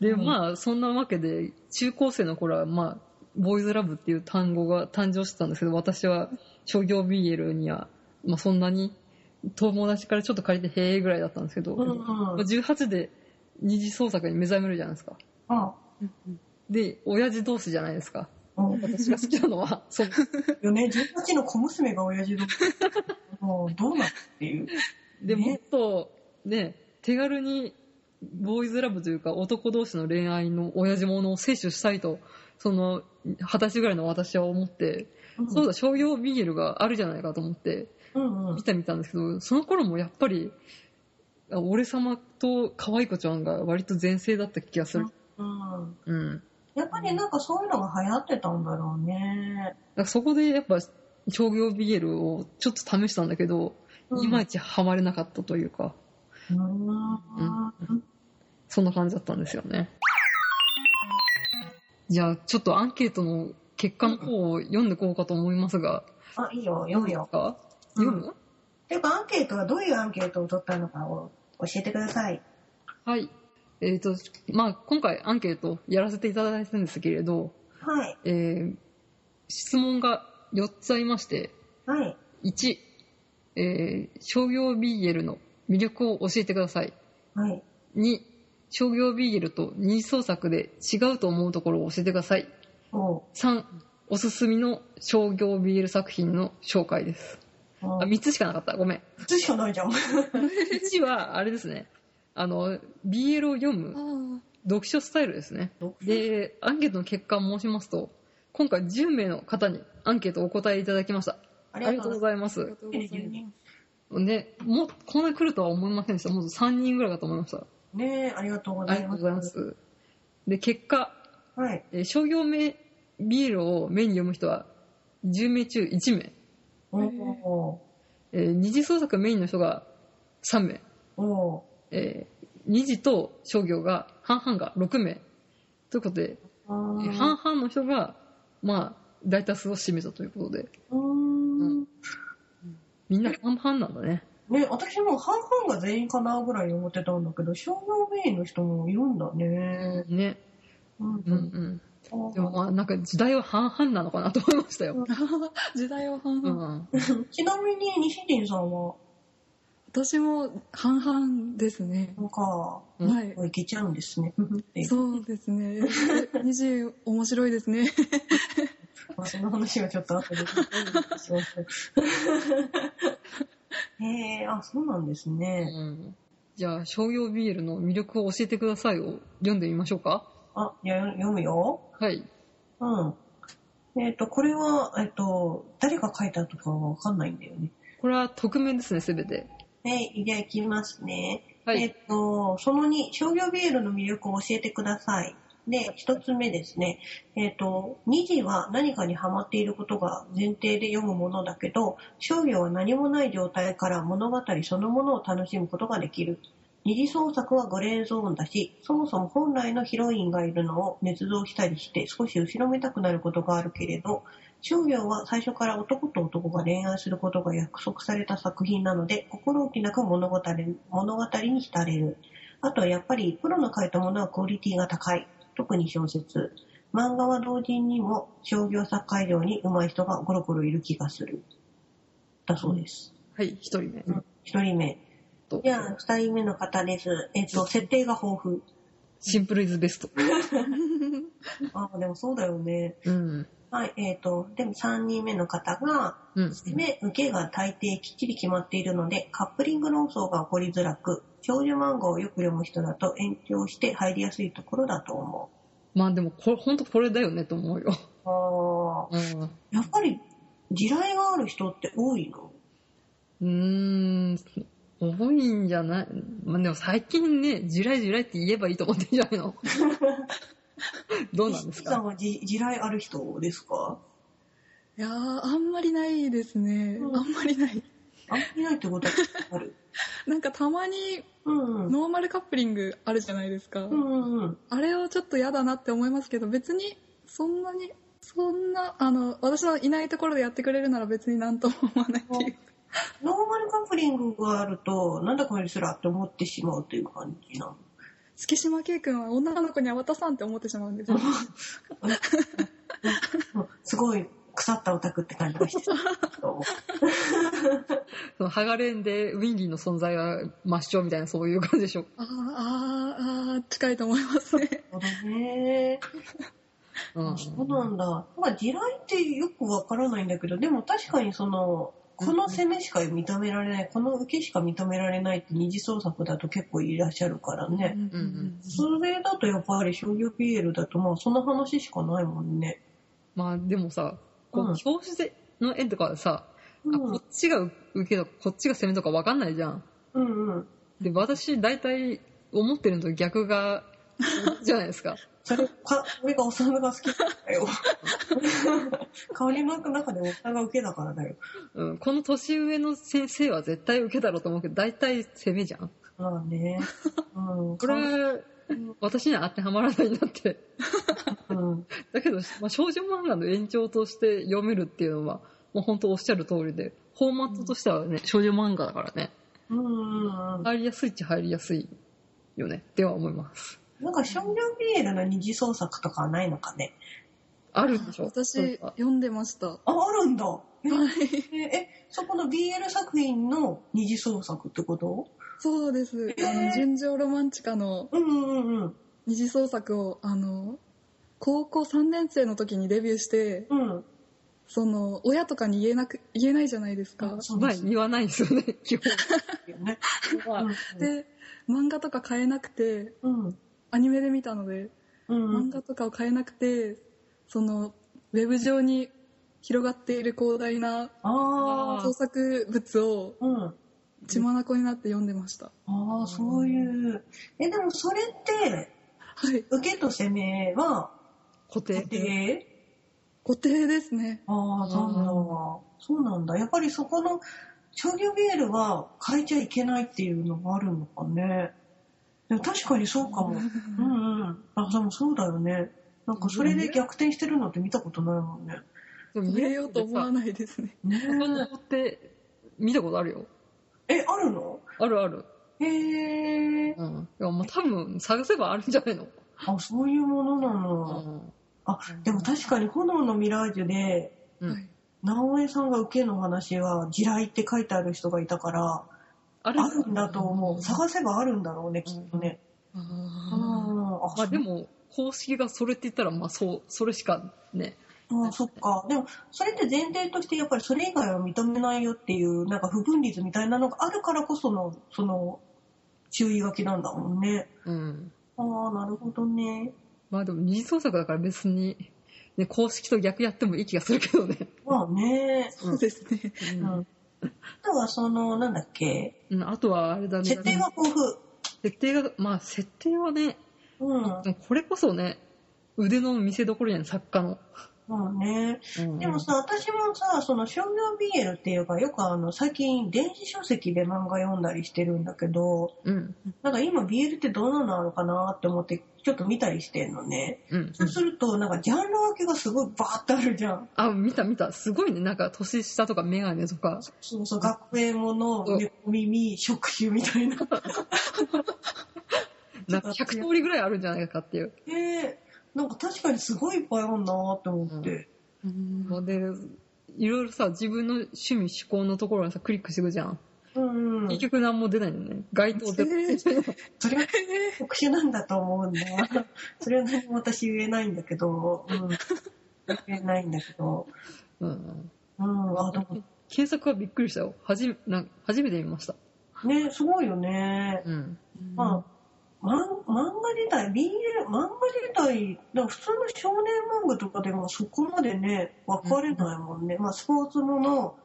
Speaker 1: で、
Speaker 2: うん
Speaker 1: まあ、そんなわけで、中高生の頃は、まあ、ボーイズラブっていう単語が誕生してたんですけど、私は商業 BL には、まあ、そんなに、友達からちょっと借りて、へえぐらいだったんですけど、
Speaker 2: た。うんうん。
Speaker 1: 18で二次創作に目覚めるじゃないですか。
Speaker 2: あ、
Speaker 1: で、親父同士じゃないですか。
Speaker 2: うん。
Speaker 1: 私が好きなの は、そう
Speaker 2: よね、18の小娘が親父の。も う、どうなっていう。
Speaker 1: でもっ
Speaker 2: ね
Speaker 1: とね手軽にボーイズラブというか男同士の恋愛の親父ものを摂取したいとその二十歳ぐらいの私は思って、そうだ商業ビールがあるじゃないかと思って
Speaker 2: うんうん
Speaker 1: 見。てみたんですけどその頃もやっぱりあ俺様と可愛い子ちゃんが割と全盛だった気がする、
Speaker 2: うん。
Speaker 1: うん、だか
Speaker 2: やっぱりなんかそういうのが流行ってたんだろうね。
Speaker 1: らそこでやっぱ商業ビールをちょっと試したんだけど、
Speaker 2: うん
Speaker 1: いまいちハマれなかったというか
Speaker 2: うーん。
Speaker 1: そんな感じだったんですよね。じゃあ、ちょっとアンケートの結果の方を読んでこうかと思いますが、
Speaker 2: あ、いいよ、読む
Speaker 1: いいで
Speaker 2: よ
Speaker 1: す。か
Speaker 2: うん
Speaker 1: 読む、
Speaker 2: ていうか、アンケートはどういうアンケートを取ったのかを教えてください。
Speaker 1: はい。えっ、と、まあ、今回アンケートやらせていただいたんですけれど、
Speaker 2: はい。
Speaker 1: えー質問が4つありまして、
Speaker 2: はい。
Speaker 1: 1、えー商業 BL の魅力を教えてください。
Speaker 2: はい。
Speaker 1: 2、商業 BL と二次創作で違うと思うところを教えてください。
Speaker 2: お
Speaker 1: 3おすすめの商業 BL 作品の紹介です
Speaker 2: う。
Speaker 1: あ3つしかなかったごめん
Speaker 2: 普通しかないじゃん。
Speaker 1: 1はあれですねあの BL を読む
Speaker 3: あ
Speaker 1: 読書スタイルですね
Speaker 2: 読書
Speaker 1: でアンケートの結果を申しますと今回10名の方にアンケートをお答えいただきました
Speaker 2: あ
Speaker 1: ありがとうご
Speaker 2: い
Speaker 1: ざいま
Speaker 3: あり
Speaker 1: す
Speaker 3: がとうございます。
Speaker 1: ね、もうこんなに来るとは思いませんでした。もう3人ぐらいかと思いました。
Speaker 2: ねえ、ありがとうご
Speaker 1: あ
Speaker 2: ざ
Speaker 1: り
Speaker 2: い
Speaker 1: がと
Speaker 2: ま
Speaker 1: う
Speaker 2: す。
Speaker 1: ございます。で、結果、
Speaker 2: はい。
Speaker 1: えー商業名ビールをメインに読む人は10名中1名、
Speaker 2: おお
Speaker 1: えー二次創作メインの人が3名、
Speaker 2: おお
Speaker 1: えー二次と商業が半々が6名ということで、
Speaker 2: あー
Speaker 1: えー半々の人がまあ大多数を占めたということで
Speaker 2: うーん。
Speaker 1: みんな半々なんだね
Speaker 2: ね、私も半々が全員かなぐらい思ってたんだけど、商業メインの人もいるんだね。
Speaker 1: ね
Speaker 2: うん
Speaker 1: うんう
Speaker 2: う
Speaker 1: ん
Speaker 2: ん
Speaker 1: でもまあなんか時代は半々なのかなと思いましたよ、
Speaker 3: 時代は半
Speaker 1: う
Speaker 3: 々。
Speaker 1: ん、
Speaker 2: ちなみに西林さんは、
Speaker 3: 私も半々ですね。
Speaker 2: なんか、
Speaker 1: うん
Speaker 3: はい。
Speaker 2: いけちゃうんですね。って
Speaker 3: そうですね。20面白いですね。
Speaker 2: まあ、その話はちょっと後で。 しますへえあ、そうなんです
Speaker 1: う
Speaker 2: ね。
Speaker 1: ん、じゃあ商業ビールの魅力を教えてくださいを読んでみましょうか
Speaker 2: あ、じゃあ読むよ。
Speaker 1: はい
Speaker 2: うん。えっ、と、これは、えっ、と、誰が書いたとかはわかんないんだよね。
Speaker 1: これは匿名ですねすべて
Speaker 2: はい、じゃあ行きますね。
Speaker 1: は
Speaker 2: え
Speaker 1: い
Speaker 2: っ、と、その2、商業ビールの魅力を教えてください。で、一つ目ですね。えっ、と、2次は何かにハマっていることが前提で読むものだけど、商業は何もない状態から物語そのものを楽しむことができる。二次創作はグレーゾーンだし、そもそも本来のヒロインがいるのを捏造したりして少し後ろめたくなることがあるけれど、商業は最初から男と男が恋愛することが約束された作品なので、心置きなく物語物語に浸れる。あとはやっぱりプロの書いたものはクオリティが高い。特に小説。漫画は同人にも商業作家以上に上手い人がゴロゴロいる気がする。だそうです。
Speaker 1: はい一人目
Speaker 2: 一人目。
Speaker 1: と
Speaker 2: じゃあ、二人目の方です。えっと、設定が豊富。
Speaker 1: シンプルイズベスト
Speaker 2: ああ、でもそうだよね。
Speaker 1: うん
Speaker 2: はい、えっ、と、でも三人目の方が、
Speaker 1: うん
Speaker 2: 目、受けが大抵きっちり決まっているので、カップリング論争が起こりづらく、少女漫画をよく読む人だと延長して入りやすいところだと思
Speaker 1: まあでもこれ本当これだよねと思うよ、
Speaker 2: う。あ
Speaker 1: うん
Speaker 2: あ、やっぱり、地雷がある人って多いの
Speaker 1: うーん、多いんじゃない、まあ、でも最近ね、地雷地雷って言えばいいと思ってんじゃないのどうなんです
Speaker 2: 西さん
Speaker 1: か
Speaker 2: は地地雷ある人ですか
Speaker 3: いやー、あんまりないですね。
Speaker 2: うん
Speaker 3: あんまりない。
Speaker 2: あんまりないってことはあ る。
Speaker 3: なんかたまに
Speaker 2: うんうん。
Speaker 3: ノーマルカップリングあるじゃないですか。
Speaker 2: うんうんうん。
Speaker 3: あれをちょっと嫌だなって思いますけど、別にそんなに、そんな、あの、私のいないところでやってくれるなら別になんとも思わないっていう。
Speaker 2: ノーマルカップリングがあると、なんだこれすらって思ってしまうという感じなの。
Speaker 3: 月島圭君は女の子には渡さんって思ってしまうんですよ。
Speaker 2: うんすごい腐ったオタクって感じが してた。
Speaker 1: そのハガレンでウィンリーの存在が抹消みたいなそういう感じでしょう
Speaker 3: あーあー、あー近いと思いますね。
Speaker 2: なるほどね。
Speaker 1: うん
Speaker 2: そうなんだ。なんか地雷ってよくわからないんだけど、でも確かにその、この攻めしか認められない、この受けしか認められないって二次創作だと結構いらっしゃるからね。
Speaker 3: うんうん
Speaker 2: それだとやっぱり商業 PL だとまあそんな話しかないもんね。
Speaker 1: まあでもさ、こう
Speaker 2: うん
Speaker 1: 表紙での絵とかさ、
Speaker 2: う
Speaker 1: あ
Speaker 2: ん
Speaker 1: こっちが受けとかこっちが攻めとかわかんないじゃん。
Speaker 2: うんうん。
Speaker 1: で、私大体思ってるのと逆が、じゃないですか。
Speaker 2: それか、俺がおさむが好きだよ。香りの中でおさむが受けだからだよ。
Speaker 1: うん、この年上の先生は絶対受けだろうと思うけど、大体攻めじゃん。
Speaker 2: まあね。うん。
Speaker 1: これ私には当てはまらないなって。
Speaker 2: うん。
Speaker 1: だけど、まあ、少女漫画の延長として読めるっていうのは、もう本当おっしゃる通りで、フォーマットとしてはね、少女漫画だからね、
Speaker 2: うんうんうん。
Speaker 1: 入りやすいっちゃ入りやすいよね、では思います。
Speaker 2: なんか、ションビョンビエルの二次創作とかはないのかね。
Speaker 1: あるでしょそうい
Speaker 3: 私
Speaker 1: うのは
Speaker 3: 読んでました。
Speaker 2: あ、あるんだ。え
Speaker 3: はい。
Speaker 2: ええ、そこの BL 作品の二次創作ってこと
Speaker 3: そうです。
Speaker 2: え
Speaker 3: あ
Speaker 2: ー
Speaker 3: の、純情ロマンチカの
Speaker 2: うんうんうん。
Speaker 3: 二次創作を、あの、高校3年生の時にデビューして、
Speaker 2: うん。
Speaker 3: その、親とかに言えなく、言えないじゃないですか。
Speaker 2: そう
Speaker 1: ま
Speaker 2: で
Speaker 1: あ
Speaker 2: す
Speaker 1: 言わないですよ ね、基本
Speaker 2: よね。
Speaker 1: は。
Speaker 3: で、漫画とか買えなくて、
Speaker 2: うん。うん。
Speaker 3: アニメで見たので、
Speaker 2: うん。
Speaker 3: 漫画とかを買えなくて、その、ウェブ上に広がっている広大な
Speaker 2: ああ。
Speaker 3: 創作物を
Speaker 2: うん。
Speaker 3: 血眼になって読んでました。
Speaker 2: ああ、そういう。え、でもそれって、
Speaker 3: はい。
Speaker 2: 受けと攻めは
Speaker 1: 固
Speaker 2: 固
Speaker 1: 定。
Speaker 2: 定
Speaker 3: 固定ですね。
Speaker 2: ああ、そうなんだ。そうなんだ。やっぱりそこの、商業ビールは変えちゃいけないっていうのがあるのかね。でも確かにそうかも。うんうん。あ、でもそうだよね。なんかそれで逆転してるのって見たことないもんね。
Speaker 1: でも
Speaker 3: 入れようと思わ
Speaker 1: い。
Speaker 3: ないですね。
Speaker 2: ね
Speaker 1: って見たことあるよ。
Speaker 2: え。え、あるの
Speaker 1: あるある。
Speaker 2: へえ。
Speaker 1: うん。いや、まあ多分探せばあるんじゃないの。
Speaker 2: あ、そういうものな
Speaker 1: う
Speaker 2: の。
Speaker 1: ん。
Speaker 2: あ、でも確かに炎のミラージュで、
Speaker 1: うん
Speaker 3: はい。
Speaker 2: 直江さんが受けの話は地雷って書いてある人がいたから、
Speaker 1: あ
Speaker 2: あるんだと思う。探せばあるんだろうね、きっとね。
Speaker 1: あ
Speaker 2: うんあ
Speaker 1: ーまあでも、公式がそれって言ったら、まあそう、それしかね。
Speaker 2: あそっか。でも、それって前提として、やっぱりそれ以外は認めないよっていう、なんか不分率みたいなのがあるからこその、その、注意書きなんだもんね。
Speaker 1: うん。
Speaker 2: ああ、なるほどね。
Speaker 1: まあでも二次創作だから別に、ね、公式と逆やってもいい気がするけどね。
Speaker 2: まあね。
Speaker 1: うん
Speaker 3: そうですね。
Speaker 2: うん。あとは、その、なんだっけ、
Speaker 1: うん、あとはあれだね。
Speaker 2: 設定が豊富。
Speaker 1: 設定が、まあ設定はね、
Speaker 2: うん。
Speaker 1: でもこれこそね、腕の見せどころやん、作家の。
Speaker 2: まあね。
Speaker 1: うん
Speaker 2: でもさ、私もさ、その商業 BL っていうか、よくあの、最近電子書籍で漫画読んだりしてるんだけど、
Speaker 1: うん、
Speaker 2: なんか今 BL ってどんなのあるかなって思って、ちょっと見たりしてんのね。
Speaker 1: うん。
Speaker 2: そうすると、なんかジャンル分けがすごいバーってあるじゃん。
Speaker 1: あ、見た見た。すごいね。なんか、年下とかメガネとか。
Speaker 2: そうそう、学園もの
Speaker 1: うん、
Speaker 2: 猫耳、触手みたいな。
Speaker 1: なんか100通りぐらいあるんじゃないかっていう。
Speaker 2: で、なんか確かにすごいいっぱいあるなって思って。
Speaker 1: まあで、いろいろさ、自分の趣味趣向のところにさ、クリックしていくじゃん。
Speaker 2: うん、うん
Speaker 1: 結。局何も出ないのね。該当で。
Speaker 3: えー
Speaker 2: それは
Speaker 3: え
Speaker 2: 特殊なんだと思うんだ。 それは何も私言えないんだけど、うん、言えないんだけど。
Speaker 1: うんうん。
Speaker 2: うん、あ、でも
Speaker 1: 検索はびっくりしたよ。はじ、なん初めて見ました。
Speaker 2: ね、すごいよね。
Speaker 1: うん。
Speaker 3: ー
Speaker 2: まあ、漫漫画自体、BL、漫画自体、だから普通の少年漫画とかでもそこまでね、分かれないもんね。まあ、スポーツもの、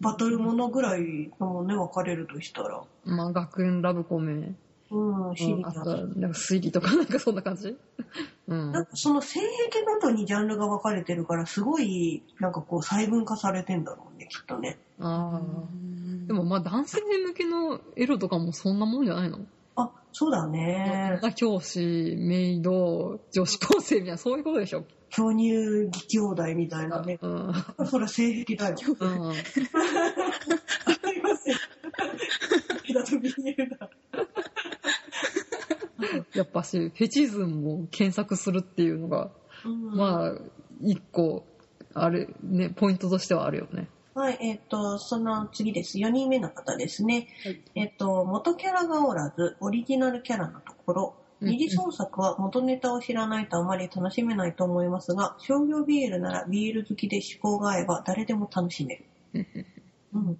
Speaker 2: バトルものぐらいのもんね、分かれるとしたら。
Speaker 1: まあ、学園ラブコメ。
Speaker 2: うん、シ
Speaker 1: う
Speaker 2: リ
Speaker 1: ん、あ
Speaker 2: ア
Speaker 1: と
Speaker 2: ス
Speaker 1: は、なんか推理とか、なん かそんな感じうん
Speaker 2: な。んかその性癖ごとにジャンルが分かれてるから、すごい、なんかこう、細分化されてんだろうね、きっとね。
Speaker 1: ああ。
Speaker 3: うん
Speaker 1: でもまあ男性向けのエロとかもそんなもんじゃないの、
Speaker 2: あ、そうだね。
Speaker 1: 女教師、メイド、女子高生みたいな、そういうことでしょ。
Speaker 2: 巨乳義兄弟みたいなね。
Speaker 1: うん。
Speaker 2: それは性癖 だよ。
Speaker 1: うん。
Speaker 2: ありませ ん。だと BL だ。
Speaker 1: やっぱし、フェチズムを検索するっていうのが、
Speaker 2: あ。
Speaker 1: まあ、一個、あれ、ね、ポイントとしてはあるよね。
Speaker 2: はい、えっ、と、その次です。4人目の方ですね。
Speaker 1: はい
Speaker 2: えっ、と、元キャラがおらず、オリジナルキャラのところ。
Speaker 1: うん
Speaker 2: 二次創作は元ネタを知らないとあまり楽しめないと思いますが、商業 BL なら BL 好きで趣向が合えば誰でも楽しめる。
Speaker 1: うん
Speaker 2: うん。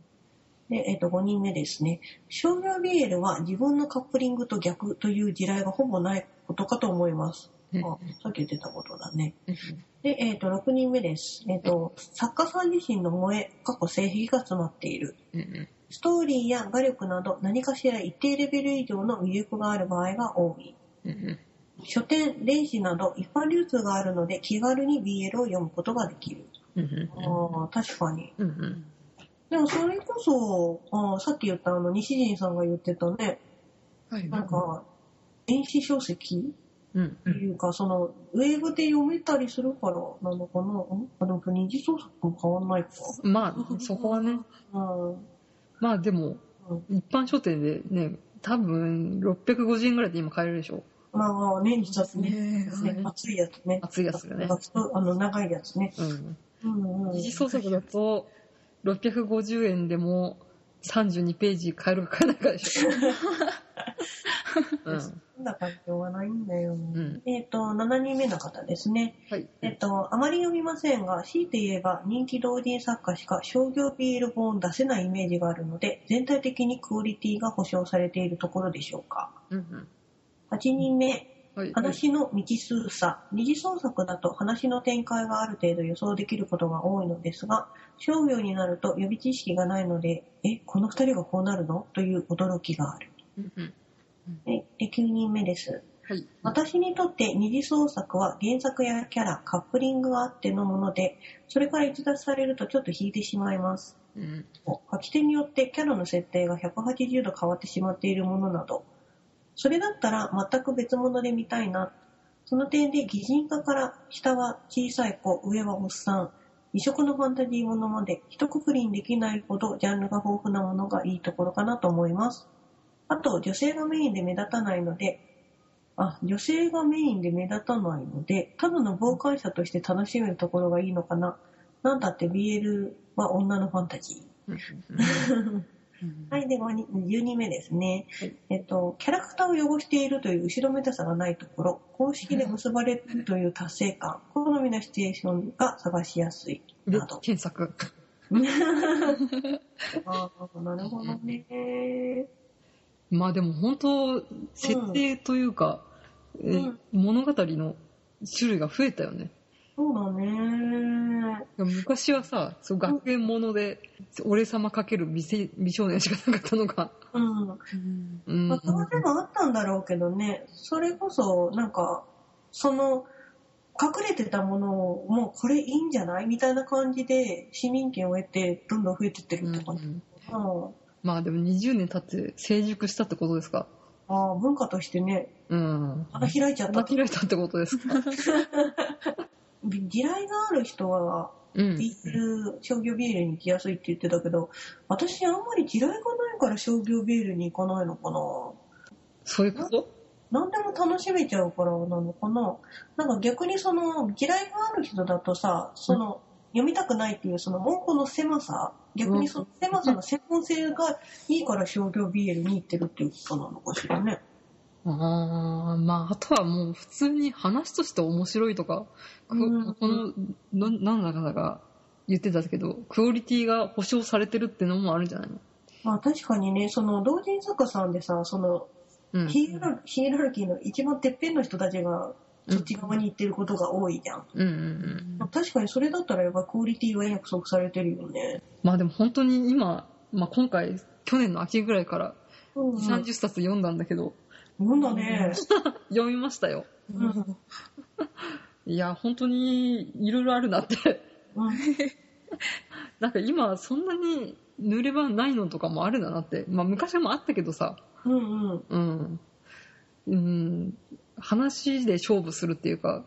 Speaker 2: で、えっ、と、5人目ですね。商業 BL は自分のカップリングと逆という地雷がほぼないことかと思います。
Speaker 1: うん
Speaker 2: あさっき言ってたことだね。
Speaker 1: うん
Speaker 2: で、えっ、と、6人目です。えっ、と、作家さん自身の萌え、過去性癖が詰まっている。
Speaker 1: うん
Speaker 2: ストーリーや画力など何かしら一定レベル以上の魅力がある場合が多い。
Speaker 1: うん
Speaker 2: 書店、電子など一般流通があるので気軽に BL を読むことができる。
Speaker 1: うんうん
Speaker 2: あー確かに。
Speaker 1: うんうん
Speaker 2: でもそれこそ、あーさっき言ったあの、西陣さんが言ってたね、
Speaker 3: はい。
Speaker 2: なんか、電子書籍
Speaker 1: うん
Speaker 2: っていうか、その、ウェブで読めたりするからなのかなうんあ、でも二次創作も変わんないか。
Speaker 1: まあ、そこはね、
Speaker 2: うん。
Speaker 1: まあでも、一般書店でね、多分650円ぐらいで今買えるでしょ。
Speaker 2: まあ、ね、実はね、
Speaker 3: ね
Speaker 1: ね
Speaker 2: 熱いやつね。
Speaker 1: 熱いやつがね。
Speaker 2: あの、長いやつね。
Speaker 1: うん。
Speaker 2: うんうん。
Speaker 1: 二次創作だと650円でも32ページ買えるか買えないかでしょ。うん
Speaker 2: そんな感じはないんだよ。
Speaker 1: うん
Speaker 2: えっ、と、7人目の方ですね。
Speaker 1: はい
Speaker 2: えっ、と、あまり読みませんが、強いて言えば人気同人作家しか商業ビール本を出せないイメージがあるので、全体的にクオリティが保証されているところでしょうか。
Speaker 1: うん
Speaker 2: 8人目、
Speaker 1: はい。
Speaker 2: 話の未知数さ、二次創作だと話の展開がある程度予想できることが多いのですが、商業になると予備知識がないので、え、この二人がこうなるのという驚きがある。
Speaker 1: うんうん
Speaker 2: で、で9人目です。
Speaker 1: はい。
Speaker 2: 私にとって二次創作は原作やキャラ、カップリングがあってのもので、それから逸脱されるとちょっと引いてしまいます。
Speaker 1: うん
Speaker 2: 書き手によってキャラの設定が180度変わってしまっているものなど、それだったら全く別物で見たいな。その点で擬人化から下は小さい子、上はおっさん、異色のファンタジーものまで一括りにできないほどジャンルが豊富なものがいいところかなと思います。あと、女性がメインで目立たないので、あ、女性がメインで目立たないので、ただの傍観者として楽しめるところがいいのかな。なんだって BL は女のファンタジー。
Speaker 1: うんうん
Speaker 2: はい、で、5に12目ですね、
Speaker 1: はい
Speaker 2: えっと。キャラクターを汚しているという後ろめたさがないところ、公式で結ばれるという達成感、好みなシチュエーションが探しやすい。
Speaker 1: で
Speaker 2: など、
Speaker 1: 検索。
Speaker 2: ああ、なるほどね。
Speaker 1: まあでも本当、設定というか、え
Speaker 2: うん
Speaker 1: 物語の種類が増えたよね。
Speaker 2: そうだね。
Speaker 1: 昔はさ、そう学園もので、俺様かける美せ美少年しかなかったのが。
Speaker 2: うん。
Speaker 1: うん
Speaker 2: まあ、当然はあったんだろうけどね、それこそ、なんか、その、隠れてたものを、もうこれいいんじゃないみたいな感じで、市民権を得て、どんどん増えてって
Speaker 1: う
Speaker 2: る
Speaker 1: んう
Speaker 2: とかね。
Speaker 1: ん
Speaker 2: うん
Speaker 1: まあでも20年経って成熟したってことですか。
Speaker 2: ああ、文化としてね、
Speaker 1: うん。
Speaker 2: 花開いちゃった
Speaker 1: 花。開いたってことですか。
Speaker 2: 地雷がある人は、
Speaker 1: うん。
Speaker 2: ビール、商業ビールに行きやすいって言ってたけど、私あんまり地雷がないから商業ビールに行かないのかな。
Speaker 1: そういうこと
Speaker 2: 何でも楽しめちゃうからなのかな。なんか逆にその、地雷がある人だとさ、その、読みたくないっていうその文庫の狭さ、逆にその狭さの専門性がいいから商業ビールに行ってるっていうことなのかしらね。
Speaker 1: ああ、まああとはもう普通に話として面白いとか、く
Speaker 2: うん
Speaker 1: この、ななんだかが言ってたけど、クオリティが保証されてるってのもあるんじゃないの
Speaker 2: まあ確かにね、その同人作家さんでさ、その
Speaker 1: うん。
Speaker 2: ヒエラヒエラルキーの一番てっぺんの人たちがそっち側に行ってることが多いじゃん。
Speaker 1: うんうんうん。
Speaker 2: 確かにそれだったらやっぱクオリティは約束されてるよね。
Speaker 1: まあでも本当に今、まあ今回、去年の秋ぐらいから
Speaker 2: うん、
Speaker 1: 30冊読んだんだけど、
Speaker 2: なんだね。
Speaker 1: 読みましたよ。
Speaker 2: うんうん
Speaker 1: いや、本当にいろいろあるなって。 なんか今、そんなに濡れ場ないのとかもあるんだなって。まあ昔もあったけどさ、
Speaker 2: うんうん。
Speaker 1: うん。うん、話で勝負するっていうか、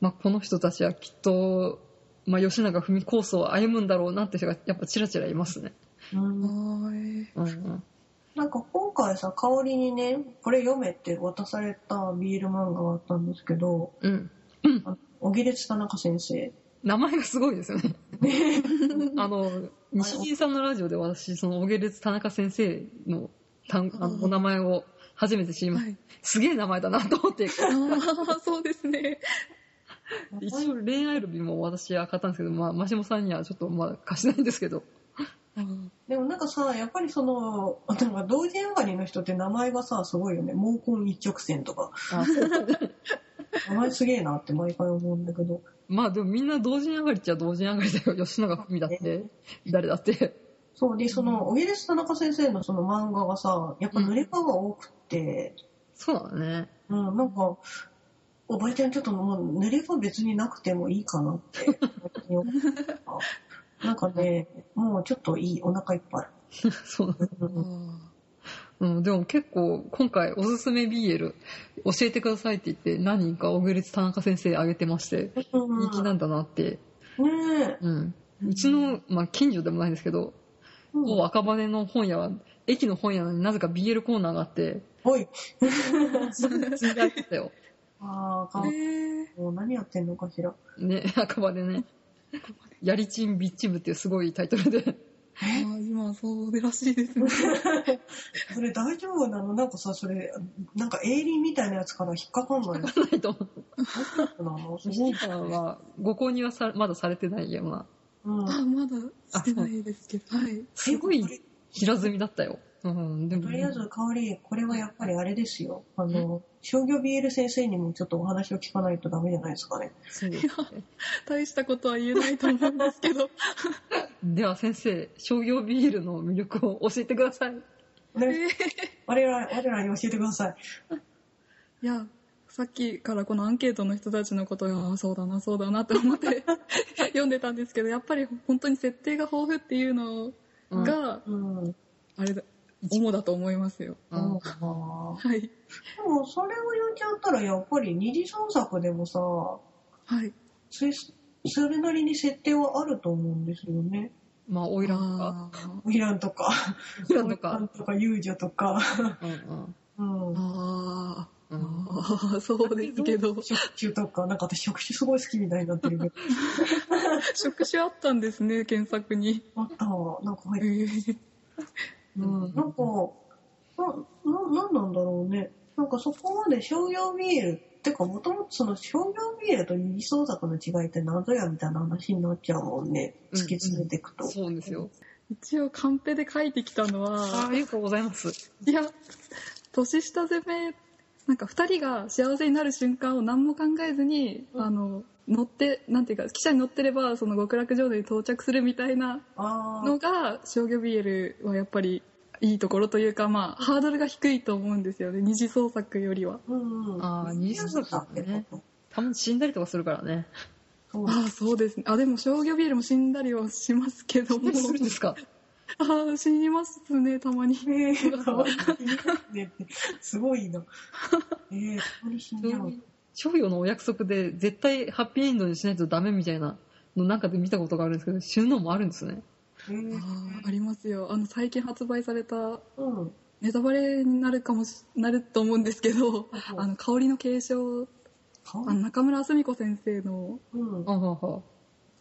Speaker 1: まあこの人たちはきっと、まあ吉永文コースを歩むんだろうなって人がやっぱチラチラいますね。
Speaker 2: うん、
Speaker 1: うんうん。
Speaker 2: なんか今回さ、香りにね、これ読めって渡されたビール漫画があったんですけど、
Speaker 1: うん。
Speaker 2: 小木列田中先生。
Speaker 1: 名前がすごいですよ ね。あの、西陣さんのラジオで私、その、おげれつ田中先生の単あ
Speaker 3: あ
Speaker 1: の
Speaker 3: ー
Speaker 1: お名前を初めて知りました。
Speaker 3: はい。
Speaker 1: すげえ名前だなと思って、
Speaker 3: ああ、そうですね。
Speaker 1: 一応恋愛ルビも私は買ったんですけど、まあ、マシモさんにはちょっとまあ貸してないんですけど、
Speaker 2: でもなんかさ、やっぱりその、なんか同時上がりの人って名前がさ、すごいよね。毛根一直線とか。
Speaker 1: あそう
Speaker 2: 名前すげえなって毎回思うんだけど。
Speaker 1: まあでもみんな同時に上がりっちゃ同時に上がりだよ。吉永文だって、誰だって。
Speaker 2: そうで、その、小木です田中先生のその漫画がさ、やっぱ濡れ感が多くて、
Speaker 1: そうだね。
Speaker 2: うん、なんか、おばあちゃんちょっともう濡れ感別になくてもいいかな って。なんかね、もうちょっといい、お腹いっぱい。
Speaker 1: そうだね
Speaker 2: うん
Speaker 1: うん、でも結構今回おすすめ BL 教えてくださいって言って何人か小栗田中先生あげてまして人気なんだなって、
Speaker 2: ねえ。
Speaker 1: うん、うちの、まあ、近所でもないんですけど、
Speaker 2: うん
Speaker 1: 某赤羽の本屋は駅の本屋なのになぜか BL コーナーがあって
Speaker 2: おい。
Speaker 1: ついであったよ、
Speaker 2: ああ、か
Speaker 3: え
Speaker 2: ん
Speaker 3: ー、
Speaker 2: もう何やってんのかしら。
Speaker 1: ね、赤羽 ね「やりちんビッチ部」っていうすごいタイトルで
Speaker 3: あー今、そうでらしいですね。
Speaker 2: それ大丈夫なのなんかさ、それ、なんか営林みたいなやつから引っかかん ないの
Speaker 1: ないと思う
Speaker 2: 大丈夫なのすごい
Speaker 1: 吉川はご購入はさまだされてないような
Speaker 2: うん
Speaker 3: あまだしてないですけど。はい。
Speaker 1: すごい平積みだったようん、でも、
Speaker 2: とりあえず、香り、これはやっぱりあれですよ。あの、商業 BL 先生にもちょっとお話を聞かないとダメじゃないですかね。
Speaker 1: そうですね。
Speaker 3: 大したことは言えないと思うんです けど。
Speaker 1: では先生、商業ビールの魅力を教えてください。
Speaker 3: え
Speaker 2: ね
Speaker 3: ー
Speaker 2: 我々、我々に教えてください。
Speaker 3: いや、さっきからこのアンケートの人たちのことが、ああそうだな、そうだなって思って 読んでたんですけど、やっぱり本当に設定が豊富っていうの
Speaker 1: うん
Speaker 3: が、
Speaker 2: うん。うん
Speaker 3: あれだ、主だと思いますよ。
Speaker 2: で
Speaker 1: うん
Speaker 2: も、
Speaker 3: はい。
Speaker 2: それを言っちゃったら、やっぱり二次創作でもさ、
Speaker 3: はい。
Speaker 2: それそれなりに設定はあると思うんですよね。
Speaker 1: まあ、オイラとか、
Speaker 3: あー
Speaker 2: イランとか、
Speaker 1: オイラと
Speaker 2: イラ
Speaker 1: か、
Speaker 2: ンとか、遊女とか。
Speaker 1: うんうん
Speaker 2: うん。
Speaker 3: あ
Speaker 1: う
Speaker 3: ー
Speaker 1: ん、
Speaker 3: あー、そうですけど、
Speaker 2: 職種とか、なんか私職種すごい好きみたいになってる けど。
Speaker 3: 職種あったんですね、検索に。
Speaker 2: あったわなんか入っ
Speaker 3: えー
Speaker 2: うんなんか、な、な、なんなんだろうね。なんかそこまで商業ビール、ってかもともとその商業ビールと二次創作の違いって何ぞやみたいな話になっちゃうもんね。
Speaker 1: うん
Speaker 2: 突き詰めていくと。
Speaker 1: そうですよ。
Speaker 3: 一応カンペで書いてきたの
Speaker 1: あ
Speaker 3: は
Speaker 1: あ、、りがとうございます。
Speaker 3: いや、年下攻め、なんか二人が幸せになる瞬間を何も考えずに、
Speaker 2: うん
Speaker 3: あの、乗って、なんていうか、汽車に乗ってれば、その極楽浄土に到着するみたいな
Speaker 2: あ
Speaker 3: のが、商業 BL はやっぱりいいところというか、まあ、ハードルが低いと思うんですよね、二次創作よりは。
Speaker 2: あ、うんうん。
Speaker 1: あー二次創作
Speaker 2: 二次
Speaker 1: ね
Speaker 2: 創作ってこ
Speaker 1: たまに死んだりとかするからね。
Speaker 2: と。そう
Speaker 3: ああ、そうですね。あ、でも商業 BL も死んだりはしますけ
Speaker 1: 死
Speaker 3: ど
Speaker 1: んだ
Speaker 3: も
Speaker 1: り、するんですか
Speaker 3: ああ、死にますね、たまに。
Speaker 2: えー、かわいいね。すごい な。えー、たまに死んじゃう。
Speaker 1: 商業のお約束で絶対ハッピーエンドにしないとダメみたいなのなんかで見たことがあるんですけど、死ぬのもあるんですね。
Speaker 2: え
Speaker 3: あ
Speaker 2: ー、
Speaker 3: あ、ありますよ。あの、最近発売された
Speaker 2: うん。
Speaker 3: ネタバレになるかもし、なると思うんですけど、あの、香りの継承、
Speaker 2: 顔
Speaker 3: あの、中村あすみ子先生の、
Speaker 2: うん。
Speaker 1: あはは。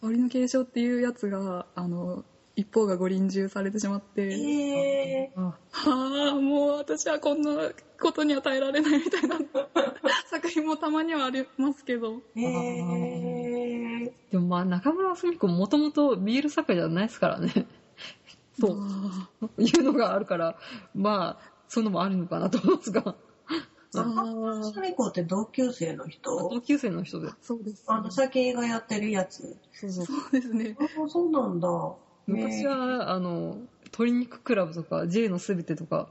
Speaker 3: 香りの継承っていうやつが、あの、一方がご臨終されてしまって、
Speaker 2: え
Speaker 1: あ
Speaker 3: はあ、もう私はこんなことには耐えられないみたいな 作品もたまにはありますけど、
Speaker 2: ー、えー、
Speaker 1: でもまあ、中村すみ子もともとビール作家じゃないですからね。 そう。
Speaker 3: あ
Speaker 1: いうのがあるから、まあ、そういうのもあるのかなと思うんですが。
Speaker 3: ー
Speaker 2: 中
Speaker 3: あー
Speaker 2: それ以降って同級生の
Speaker 1: 同
Speaker 2: 人
Speaker 1: 級生の人で。
Speaker 3: そうです、
Speaker 2: あの、最近映画やってるやつ。
Speaker 1: そうそう。
Speaker 3: そうですね。
Speaker 2: あそうなんだ。
Speaker 1: 昔は、あの、鶏肉クラブとか、J のすべてとか、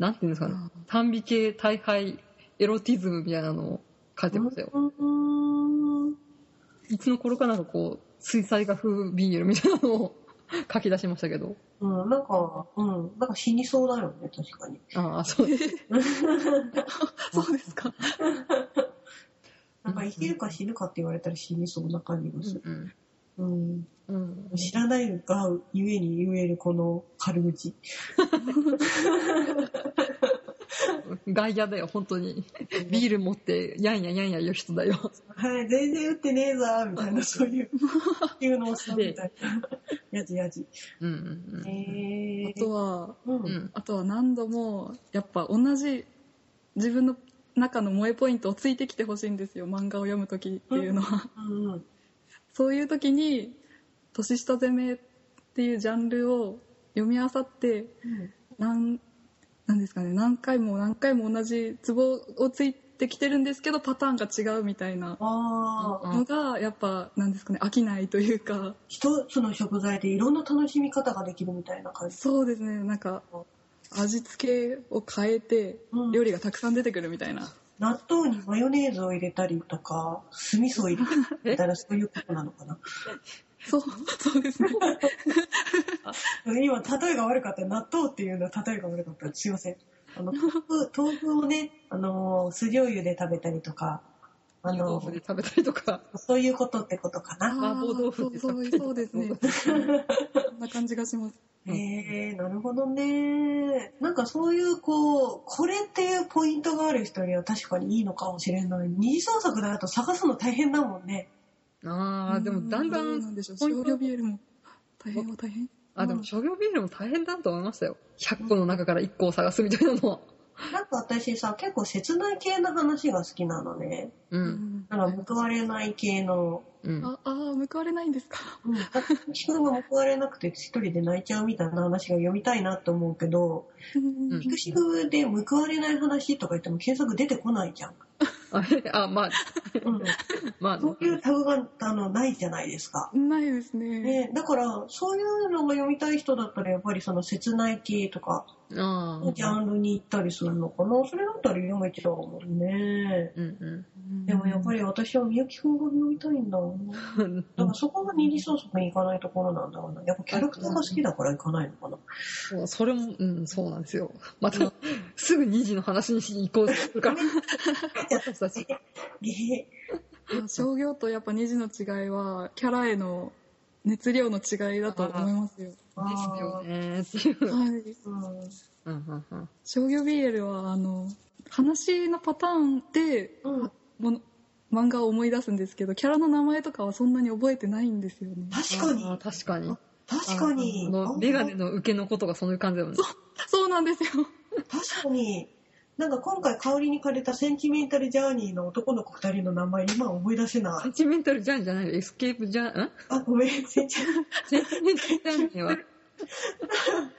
Speaker 1: なんていうんですかね
Speaker 3: あ、
Speaker 1: 短美系、大敗、エロティズムみたいなのを書いてましたよ。
Speaker 2: うーん。
Speaker 1: いつの頃かなんかこう、水彩画風ビールみたいなのを 書き出しましたけど。
Speaker 2: うん、なんか、うん、なんか死にそうだよね、確かに。
Speaker 1: ああ、 そう。
Speaker 3: そうですか。
Speaker 2: なんか生きるか死ぬかって言われたら死にそうな感じがする。
Speaker 1: うん
Speaker 2: うん。
Speaker 1: うん。
Speaker 2: 知らないがゆえに言えるこの軽口。
Speaker 1: 外野だよ、本当に。ビール持って、やんややんや言う人だよ。
Speaker 2: はい、全然打ってねえぞみたいな、そういう、いうのをするみ たいな。やじやじ。
Speaker 1: うん
Speaker 2: え
Speaker 3: あと
Speaker 2: ー。
Speaker 3: は、
Speaker 2: う。
Speaker 1: うんうん。うんん。
Speaker 3: あとは何度もやっぱ同じ自分の中の萌えポイントをついてきてほしいんですよ漫画を読む時っていうのは、
Speaker 2: うんうん。
Speaker 3: そういう時に年下攻めっていうジャンルを読み漁って何なんですかね何回も何回も同じツボをついてきてるんですけどパターンが違うみたいな
Speaker 2: ああ、
Speaker 3: のがやっぱなんですかね飽きないというか
Speaker 2: 一つの食材でいろんな楽しみ方ができるみたいな感じ。
Speaker 3: そうですねなんか味付けを変えて
Speaker 2: うん
Speaker 3: 料理がたくさん出てくるみたいな。
Speaker 2: 納豆にマヨネーズを入れたりとか、酢味噌を入れたらそういうことなの かな。
Speaker 3: そう、そうですね。
Speaker 2: 今、例えが悪かった。納豆っていうのは例えが悪かった。すいません。あの、豆腐、豆腐をね、あのー、酢醤油で食べたりとか、あ
Speaker 1: 豆
Speaker 2: の
Speaker 1: 腐
Speaker 2: ー、
Speaker 1: で食べたりとか。
Speaker 2: そういうことってことかな。
Speaker 1: 麻婆豆腐って
Speaker 3: そ
Speaker 1: 言
Speaker 3: う
Speaker 1: っ
Speaker 3: そ
Speaker 1: た
Speaker 3: うそうですね。そんな感じがします。
Speaker 1: うん
Speaker 2: えー、なるほどね。なんかそういう、こう、これっていうポイントがある人には確かにいいのかもしれない。二次創作だと探すの大変だもんね。
Speaker 1: ああ、でもだんだ、
Speaker 3: どうんなんでしょう。
Speaker 1: ポイン
Speaker 3: 商
Speaker 1: ト
Speaker 3: 業ビエルも大変は大変。
Speaker 1: あ、でも商業ビールも大変だと思いましたよ。100個の中から1個を探すみたいなのは。
Speaker 2: なんか私さ、結構切ない系の話が好きなのね。
Speaker 1: う。
Speaker 3: うんん
Speaker 2: なんか報われない系の
Speaker 1: うん。
Speaker 3: あ、あー、報われないんですか。
Speaker 2: うん、ヒカルが報われなくて一人で泣いちゃうみたいな話が読みたいなと思うけど、
Speaker 3: うん
Speaker 1: うん
Speaker 2: ピクシブで報われない話とか言っても検索出てこないじゃん。
Speaker 1: あれあ、まあ、
Speaker 2: うん、
Speaker 1: まあ、
Speaker 2: そういうタグがあのないじゃないですか。
Speaker 3: ないですね。
Speaker 2: ね、だからそういうのが読みたい人だったらやっぱりその切ない系とか
Speaker 1: ああ。
Speaker 2: ジャンルに行ったりするのかなそれだったら読めちゃうもんね
Speaker 1: うんう
Speaker 2: でもやっぱ
Speaker 3: り。
Speaker 2: り私はみゆきくんが読みたいんだろうなだ
Speaker 1: ん。
Speaker 2: からそこが二次創作に行かないところなんだろうなやっぱキャラクターが好きだから行かないのかな
Speaker 1: そうそれも、うん、そうなんですよ。また、すぐ2時の話に移行す るから。私たち。
Speaker 2: え
Speaker 3: あ商業とやっぱ二次の違いは、キャラへの熱量の違いだと思いますよ。
Speaker 2: ー
Speaker 1: ですよね。っていう。
Speaker 3: はい。
Speaker 2: うん
Speaker 1: うんうんうん。
Speaker 3: 商業 BL は、あの、話のパターンで、
Speaker 2: うん、
Speaker 3: もの漫画を思い出すんですけど、キャラの名前とかはそんなに覚えてないんですよね。
Speaker 2: 確か
Speaker 1: あー
Speaker 2: に
Speaker 1: 確かに。
Speaker 2: 確かに
Speaker 1: あの、メガネの受けの子とかそういう感じだもんね。
Speaker 3: そうなんですよ。
Speaker 2: 確かになんか今回香りに枯れたセンチメンタルジャーニーの男の子二人の名前今思い出せな
Speaker 1: セ
Speaker 2: い
Speaker 1: ンチメンタルジャーニーじゃないよ。エスケープジャー、ん
Speaker 2: あごめんセンチ
Speaker 1: センチメンタルジャーニーは、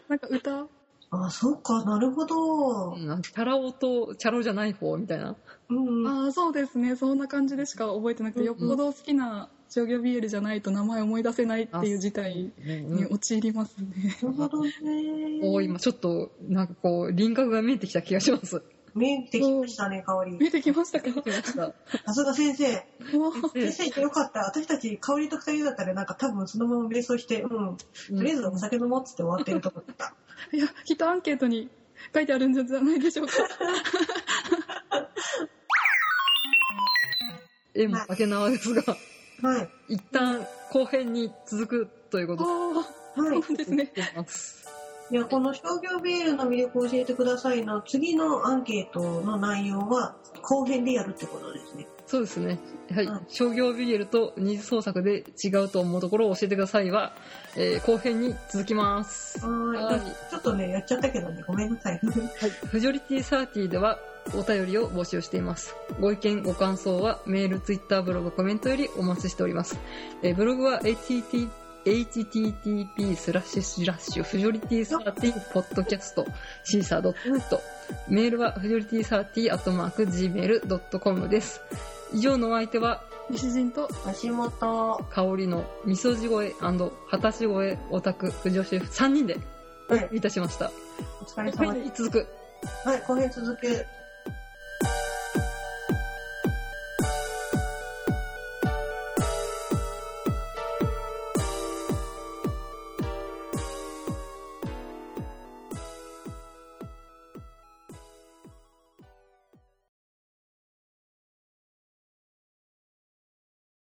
Speaker 3: なんか歌、
Speaker 2: あそっかなるほど、
Speaker 1: うん、チャラ男、チャラ男じゃない方みたいな。
Speaker 2: うんうん、
Speaker 3: ああ、そうですね。そんな感じでしか覚えてなくて、よっぽど好きな商業 BL じゃないと名前思い出せないっていう事態に陥りますね。
Speaker 2: なるほどね。
Speaker 1: おー今ちょっと、なんかこう、輪郭が見えてきた気がします。
Speaker 2: 見えてきましたね、香り。
Speaker 3: 見てきましたか
Speaker 1: きました。
Speaker 2: さすが先生。
Speaker 3: うわ
Speaker 1: うん
Speaker 2: 先生いてよかった。私たち、香りと二人だったら、なんか多分そのまま瞑想して、うん、とりあえずお酒飲もうっつって終わってると思った。
Speaker 3: いや、きっとアンケートに書いてあるんじゃないでしょうか。
Speaker 1: 絵も竹縄ですが、
Speaker 2: はい。
Speaker 1: 一旦後編に続くということ
Speaker 3: あ
Speaker 2: はい。
Speaker 3: あ、ですね。
Speaker 1: でます。
Speaker 2: いや、この商業ビールの魅力を教えてくださいの次のアンケートの内容は、後編でやるってことですね。
Speaker 1: そうですね。はい。
Speaker 2: うん
Speaker 1: 商業ビールと二次創作で違うと思うところを教えてくださいは、えー後編に続きます。
Speaker 2: は
Speaker 1: はい
Speaker 2: ーい。ちょっとね、やっちゃったけどね、ごめんなさい。
Speaker 1: はい、フジョリティサーティではお便りを募集しています。ご意見、ご感想はメール、ツイッター、ブログ、コメントよりお待ちしております。えーブログは http http スラッシュスラッシュフジョリティサーティポッドキャストシーサー .net メールはフジョリティサーティアットマーク gmail.com です以上のお相手は
Speaker 3: 西陣と、
Speaker 2: 橋本。
Speaker 1: 香りのみそじ声果たし声オタク不女子3人で
Speaker 2: はい。
Speaker 1: いたしました
Speaker 2: お疲れ
Speaker 1: 後
Speaker 2: 様
Speaker 1: 編
Speaker 2: で
Speaker 1: に続く
Speaker 2: す。はい、後編続け。